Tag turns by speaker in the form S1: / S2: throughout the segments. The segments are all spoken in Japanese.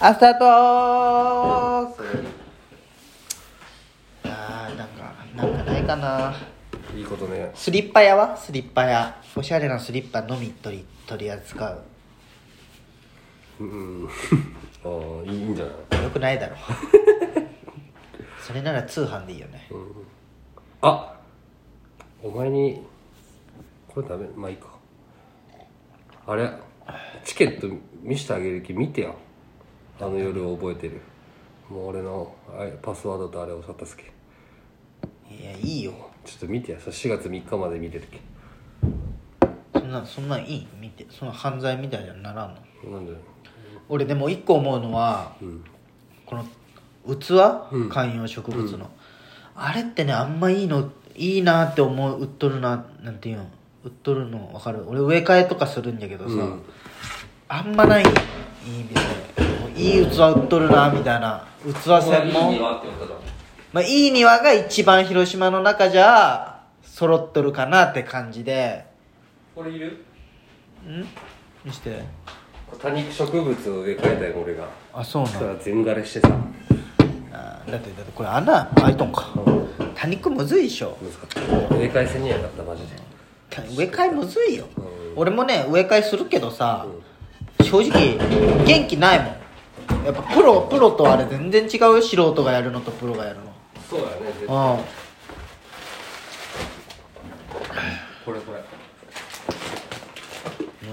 S1: アフタートークあーなんかなんかないかない
S2: いことね
S1: スリッパ屋はスリッパ屋おしゃれなスリッパのみ取り取り扱う
S2: うんああいいいいんじゃない
S1: よくないだ ろそれなら通販でいいよね
S2: あお前にこれダメまあいいかあれチケット見せてあげる気見てよあの夜を覚えてるもう俺のあれパスワードとあれを教わったっすけ
S1: いやいいよ
S2: ちょっと見てやそれ4月3日まで見れるけ
S1: そんなそんなんいい見てそんな犯罪みたいにはならんの
S2: なんで
S1: 俺でも一個思うのは
S2: うん
S1: この器、
S2: うん
S1: 観葉植物の、あれってねあんまいいのいいなって思う売っとるななんていうん売っとるの分かる俺植え替えとかするんだけどさ、
S2: うん
S1: あんまないいい店もういい器売っとるなみたいな器専門
S2: って言っただ
S1: まあ、いい庭が一番広島の中じゃ揃っとるかなって感じで
S2: これいる
S1: ん見して
S2: 多肉植物を植え替えたい俺が
S1: あそうな
S2: そした
S1: の
S2: ら全枯れしてさ
S1: あだってだってこれ穴開いとんか多肉むずいでしょ
S2: 難かった植え替えせにやかったマジで
S1: た植え替えむずいよ
S2: うん
S1: 俺もね植え替えするけどさ正直元気ないもんやっぱプロプロとあれ全然違うよ素人がやるのとプロがやる
S2: そうだよね絶対
S1: のうん
S2: これこ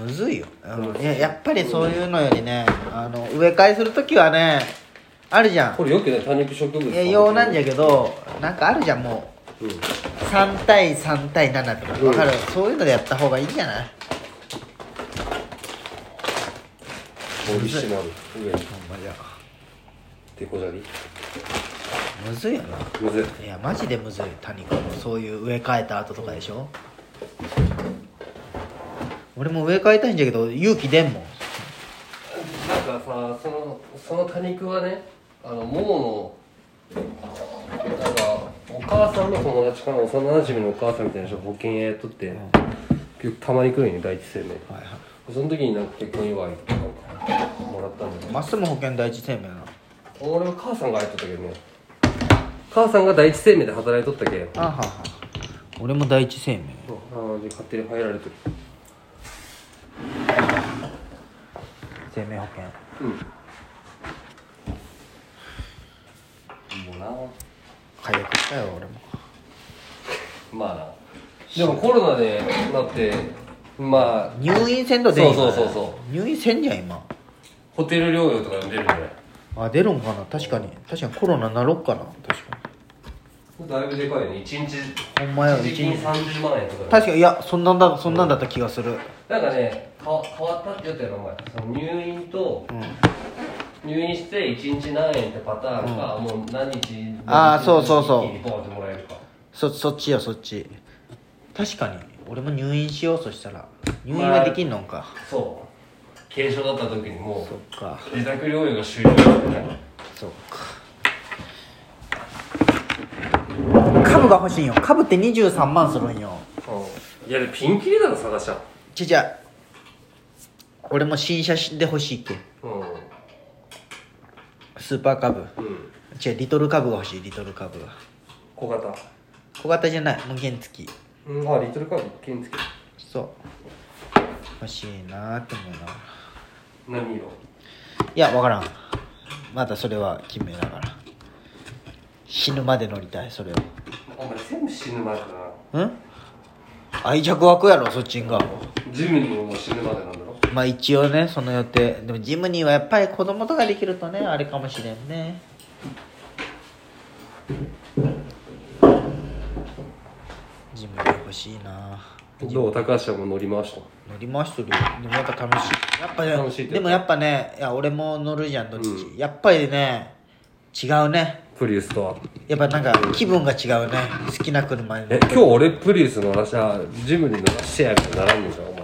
S2: れ
S1: むずいよ、うん、いややっぱりそういうのよりねあの植え替えする時はねあるじゃ
S2: これよくね多肉植物
S1: んいや用なんじゃけどなんかあるじゃんも
S2: うん
S1: う3対3対7とか
S2: うん
S1: 分かる、そういうのでやった方がいいんじゃない
S2: オリジナル上に
S1: ほんまじゃ
S2: デコじゃり
S1: むずいよな
S2: むずい
S1: いやマジでむずい多肉もそういう植え替えた後とかでしょ俺も植え替えたいんじゃけど勇気出んもん
S2: なんかさそのその多肉はねあのもものなんかお母さんの友達かな幼なじみのお母さんみたいな人が保険やっとって、結構たまに来るんよ第一生命
S1: はいは
S2: その時になんか結婚祝いとかなんかもらったんだけど
S1: まっすぐ保険第一生命なの
S2: 俺は母さんが入っとったけどね母さんが第一生命で働いとったけ
S1: あはは俺も第一生命
S2: ああで勝手に入られてる
S1: 生命保険
S2: うんも
S1: 解約したよ俺も
S2: うなまあなでもコロナでなってまあ
S1: 入院せんと出んよ
S2: そうそうそうそ
S1: 入院せんじゃん今
S2: ホテル療養とかでも出るんだよ
S1: あ出るんかな確かに確かにコロナなろっかな確か
S2: だいぶでかいよね1日
S1: ほんまや
S2: 一時金
S1: 一日
S2: 30万円と
S1: に
S2: か
S1: 確かにいやそんなんだそんなんだった気がする
S2: なんかねか変わったって言ったよなお前その入院と
S1: うん
S2: 入院して1日何円ってパターンか、もう何日
S1: あーそうそうそう
S2: 一気にポンってもらえるか
S1: そそっちよそっち確かに俺も入院しようそしたら入院はできんのんか、
S2: そう軽症だった時にも
S1: そっか
S2: う自宅療養が終了だったね
S1: そっか株が欲しいんよ株って23万するんよ
S2: いやでピンキリだろ探しちゃ
S1: ちっちゃい俺も新車で欲しいけ
S2: うんうん
S1: スーパー株違うリトル株が欲しいリトル株が
S2: 小型
S1: 小型じゃないもう原付き
S2: うんあリトルカーブ原付
S1: そう欲しいなーって思うな
S2: 何色
S1: いや分からんまだそれは決めながら死ぬまで乗りたいそれを
S2: お前全部死ぬまでだな
S1: うん愛着湧くやろそっちんが
S2: ジムにももう死ぬまでなんだろ
S1: まあ一応ねその予定でもジムニーはやっぱり子供とかできるとねあれかもしれんねジムニー欲しいな
S2: どう高橋はもう乗り回した
S1: 乗り回してるよでもやっぱ楽しいやっぱね
S2: 楽しいって
S1: でもやっぱねいや俺も乗るじゃんどっち、
S2: う
S1: やっぱりね違うね
S2: プリウスとは
S1: やっぱなんか気分が違うね好きな車に乗
S2: え
S1: る
S2: 今日俺プリウス乗らしゃジムに乗らしてやみたいにならんのじゃんお前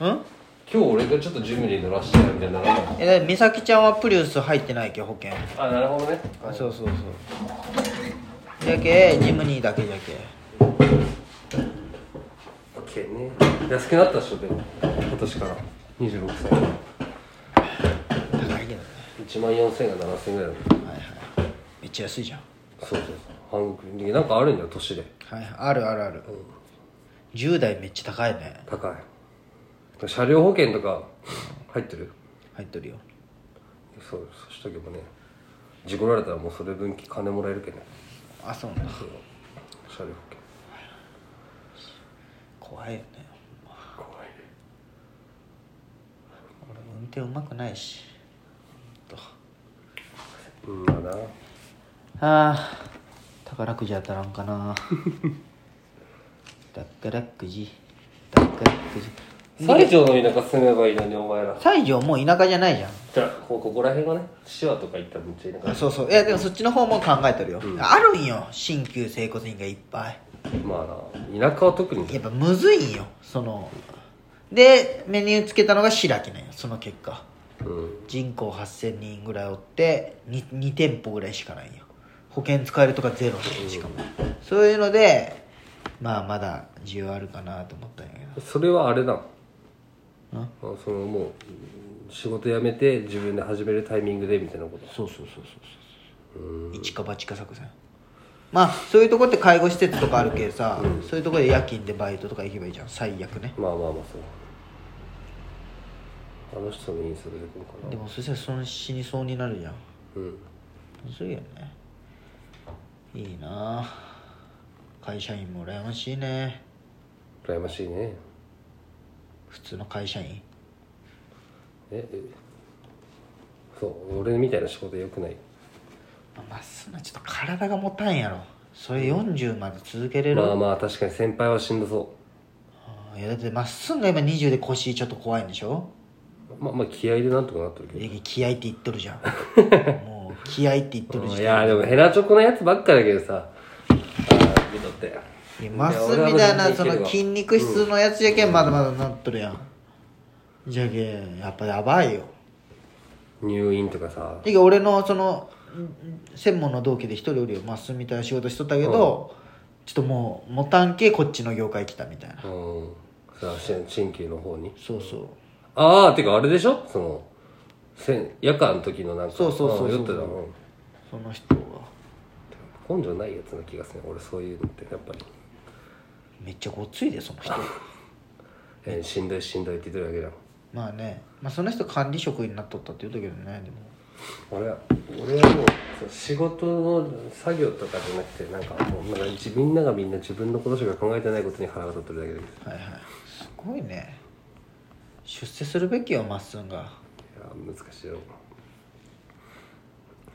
S1: うん
S2: 今日俺がちょっとジムに乗らしてやみたいにならんの
S1: え美咲ちゃんはプリウス入ってないっけ保険
S2: あなるほどね
S1: あそうそうそうじゃけジムニーだけじゃけ
S2: オッケーね安くなったっしょでも今年から26歳
S1: 高いけどね
S2: 1万4000円が7000円ぐらいだもん
S1: はいはいめっちゃ安いじゃん
S2: そうそうそう半額でなんかあるんだよ年で
S1: はいはいあるあるある、10代めっちゃ高いね
S2: 高い車両保険とか入ってる
S1: 入っとるよ
S2: そうそうしとけばね事故られたらもうそれ分金もらえるけどね
S1: あそうなんだ
S2: そう車両保険
S1: 怖いよね
S2: 怖い
S1: 俺運転うまくないしと
S2: うんだな
S1: あー宝くじ当たらんかな 宝くじ宝くじ
S2: 西条の田舎住めばいいのにお前ら
S1: 西条もう田舎じゃないじゃん
S2: じゃあこここら辺はね手話とか行ったらめっちゃ田舎
S1: あそうそういやでもそっちの方も考えてるよ、あるんよ新旧整骨院がいっぱい
S2: まあな田舎は特に
S1: やっぱむずいんよそのでメニューつけたのが白木なんよその結果
S2: うん
S1: 人口8000人ぐらいおって 2, 2店舗ぐらいしかないんよ保険使えるとかゼロでしかも、そういうのでまあまだ需要あるかなと思ったんやけど
S2: それはあれだ
S1: ん
S2: あそのもううん仕事辞めて自分で始めるタイミングでみたいなこと
S1: そうそうそうそうそう一か八か作戦まあそういうとこって介護施設とかあるけさ、そういうとこで夜勤でバイトとか行けばいいじゃん最悪ね
S2: まあまあまあそうあの人のインスタ出てくるか
S1: で
S2: な
S1: もそしたらその死にそうになるじゃん
S2: うん
S1: するよねいいなあ会社員も羨ましいね
S2: 羨ましいね
S1: 普通の会社員
S2: ええそう俺みたいな仕事よくない
S1: まあまっすぐなちょっと体が持たんやろそれ40まで続けれる、
S2: まあまあ確かに先輩はしんどそ
S1: ああいやだってまっすぐが今20で腰ちょっと怖いんでしょ
S2: うまあまあ気合でなんとかなってるけど
S1: いや気合って言っとる じゃんもう気合って言っとる
S2: うん
S1: じ
S2: い
S1: ゃん
S2: やでもヘナチョコのやつばっかだけどさあー見とって
S1: マスみたいなその筋
S2: 金
S1: 肉質のやつじゃけんまだまだなっとるやんじゃけんやっぱやばいよ
S2: 入院とかさ
S1: てか俺のそのん専門の同期で一人おるよマスみたいな仕事しとったけど、ちょっともうもたんけこっちの業界来たみたいな
S2: うんさあし新旧の方に
S1: そうそう
S2: ああてかあれでしょそのせん夜間の時のなんか
S1: そうそうそうそうん
S2: 酔ってたの
S1: その人が
S2: 根性ないやつな気がするね俺そういうのってやっぱり、
S1: めっちゃごっついでその人
S2: えーしんどいしんどいって言ってるだ
S1: まあね、まあ、その人管理職になっとったって言うたけどねでも
S2: けだ俺俺はもうそう仕事の作業とかじゃなくてなんかもうなんか自みんながみんな自分のことしか考えてないことに腹が立ってるだけです
S1: はいはいすごいね出世するべきよまっすんが
S2: いや難しいよ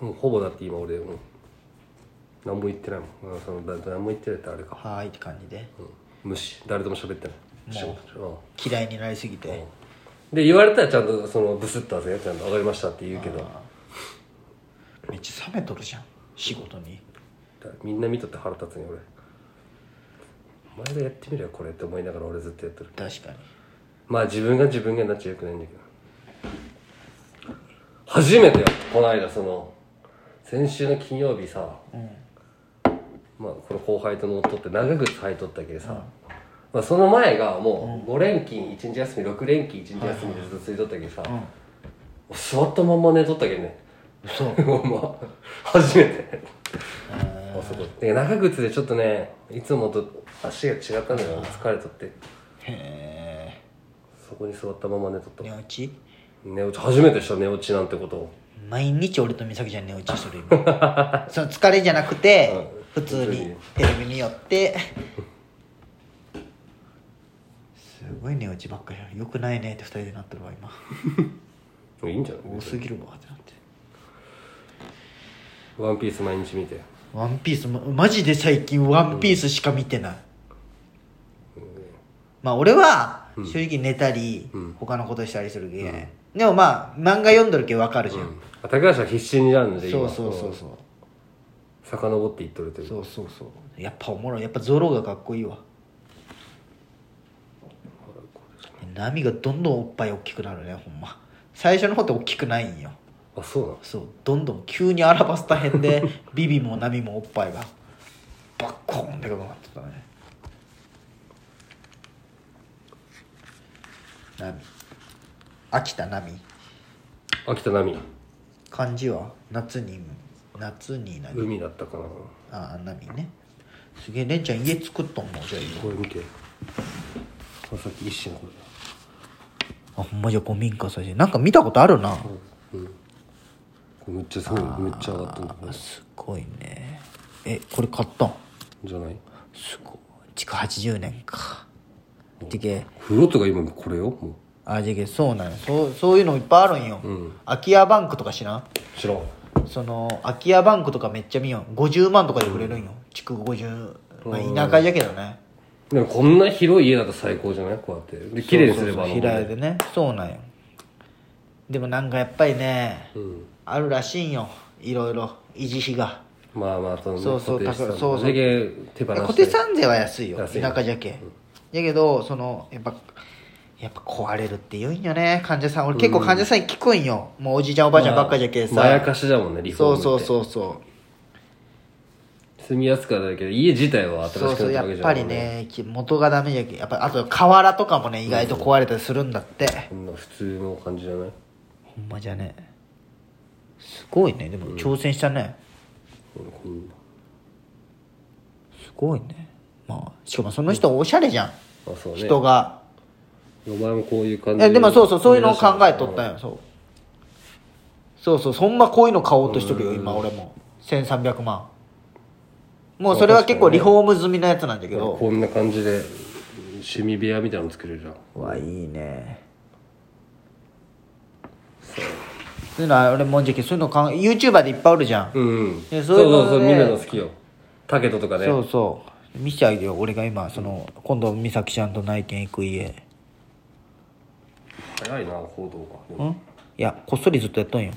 S2: もうほぼだって今俺もう何も言ってないもんうんそのだ何も言ってないってあれか、
S1: はーいって感じで
S2: うん、無視誰とも喋ってない
S1: も
S2: 仕事
S1: 嫌いになりすぎ
S2: うんう
S1: て
S2: んで言われたらちゃんとそのブスったぜちゃんと「分かりました」って言うけどだか
S1: めっちゃ冷めとるじゃん仕事に
S2: らみんな見とって腹立つね俺お前がやってみればこれって思いながら俺ずっとやってる
S1: 確かに
S2: まあ自分が自分がになっちゃよくないんだけど初めてよこの間その先週の金曜日さ、まあこの後輩と乗っ取って長靴履いとったけどさ、まあ、その前がもう5連勤1日休み6連勤1日休みでずっとついとったけどさ、もう座ったまんま寝とったけどね
S1: 嘘
S2: ほんま初めてあそこで長靴でちょっとねいつもと足が違ったんだよ疲れとって
S1: へ
S2: そこに座ったまま寝とった
S1: え寝落ち
S2: 寝落ち初めてした寝落ちなんてことを
S1: 毎日俺と美咲ちゃん寝落ちする 今その疲れじゃなくて、
S2: うん
S1: 普通
S2: 普通
S1: に
S2: に
S1: テレビ見よ ってすごい寝落ちばっかりやよくないねって二人でなってるわ今
S2: いいんじゃ ない
S1: 多すぎるわってなって
S2: ワンピース毎日見て
S1: ワンピースもマジで最近ワンピースしか見てない、まあ俺は正直寝たり、他のことしたりするけ、ん、でもまあ漫画読んどるけわかるじゃん、
S2: あ高橋は必死になるんで
S1: そ
S2: 今
S1: うそうそうそう
S2: 遡っていっとるという
S1: そうそうそうやっぱおもろいやっぱゾロがかっこいいわ波がどんどんおっぱい大きくなるねほんま最初の方って大きくないんよ
S2: あそうなの
S1: そうどんどん急にアラバスタ編 でビビも波もおっぱいがバッコーンってことになってたね波秋田波
S2: 秋田奈美
S1: 感じは夏に夏に何
S2: 海だったかな
S1: あ波ねすげえれんちゃん家作ったもんじゃあ今
S2: これ見てさっき一種のこれだ
S1: あほんまじゃ古民家再生なんか見たことあるな
S2: うん、これめっちゃすごいめっちゃ上がってる
S1: あすごいねえこれ買ったん
S2: じゃない
S1: すごい築80年かじゃけ
S2: フロートが今これよも
S1: あじゃけそうなんよそうそういうのいっぱいあるんよ、空き家バンクとかしな
S2: う知らん
S1: その空き家バンクとかめっちゃ見よう50万とかで売れるんよ築50、まあ、田舎じゃけどね
S2: でもこんな広い家だと最高じゃないこうやってで綺麗にすれば
S1: そうそうそう平屋でねそうなんよでもなんかやっぱりね、
S2: うん
S1: あるらしいんよいろいろ維持費が
S2: まあまあその
S1: そうそう
S2: 固定
S1: だ
S2: 資産
S1: からそうそう
S2: だけ手放して
S1: 固定産税は安いよ
S2: 安い
S1: 田舎じゃけだけどそのやっぱやっぱ壊れるって言うんよね患者さん俺結構患者さんに聞くんよ、もうおじいちゃんおばあちゃんばっかじゃけさ、
S2: まあまやかしだもんねリフォー
S1: そ
S2: ム
S1: う
S2: って
S1: そうそうそう
S2: 住みやすくはなるけど家自体は新しく
S1: そうそう
S2: なった
S1: や
S2: わ
S1: っ
S2: けじゃ
S1: ぱ
S2: ない
S1: りねき元がダメじゃけやっぱあと瓦とかもね意外と壊れたりするんだって、
S2: こんな普通の感じじゃない
S1: ほんまじゃねすごいねでも挑戦したね、
S2: うんこんな
S1: すごいねまあしかもその人おしゃれじゃん、
S2: あそうね
S1: 人が
S2: お前もこういう感じ
S1: えでもそうそうそういうのを考えとったんよそうそうそうそんなこういうの買おうとしとるよ今俺も1300万もうそれは結構リフォーム済みのやつなんだけど
S2: こんな感じで趣味部屋みたいなの作れるじゃん
S1: うわいいねそういうのは俺もんじゃけそういうのかん YouTuber でいっぱいおるじゃん、
S2: うんうん
S1: いやそ
S2: そ
S1: うういうの
S2: そうそう
S1: ね
S2: みんなの好きよタケトとかね
S1: そうそう見せてあげるよ俺が今その今度美咲ちゃんと内見行く家
S2: 早いな行動が
S1: うんいやこっそりずっとやっとんよ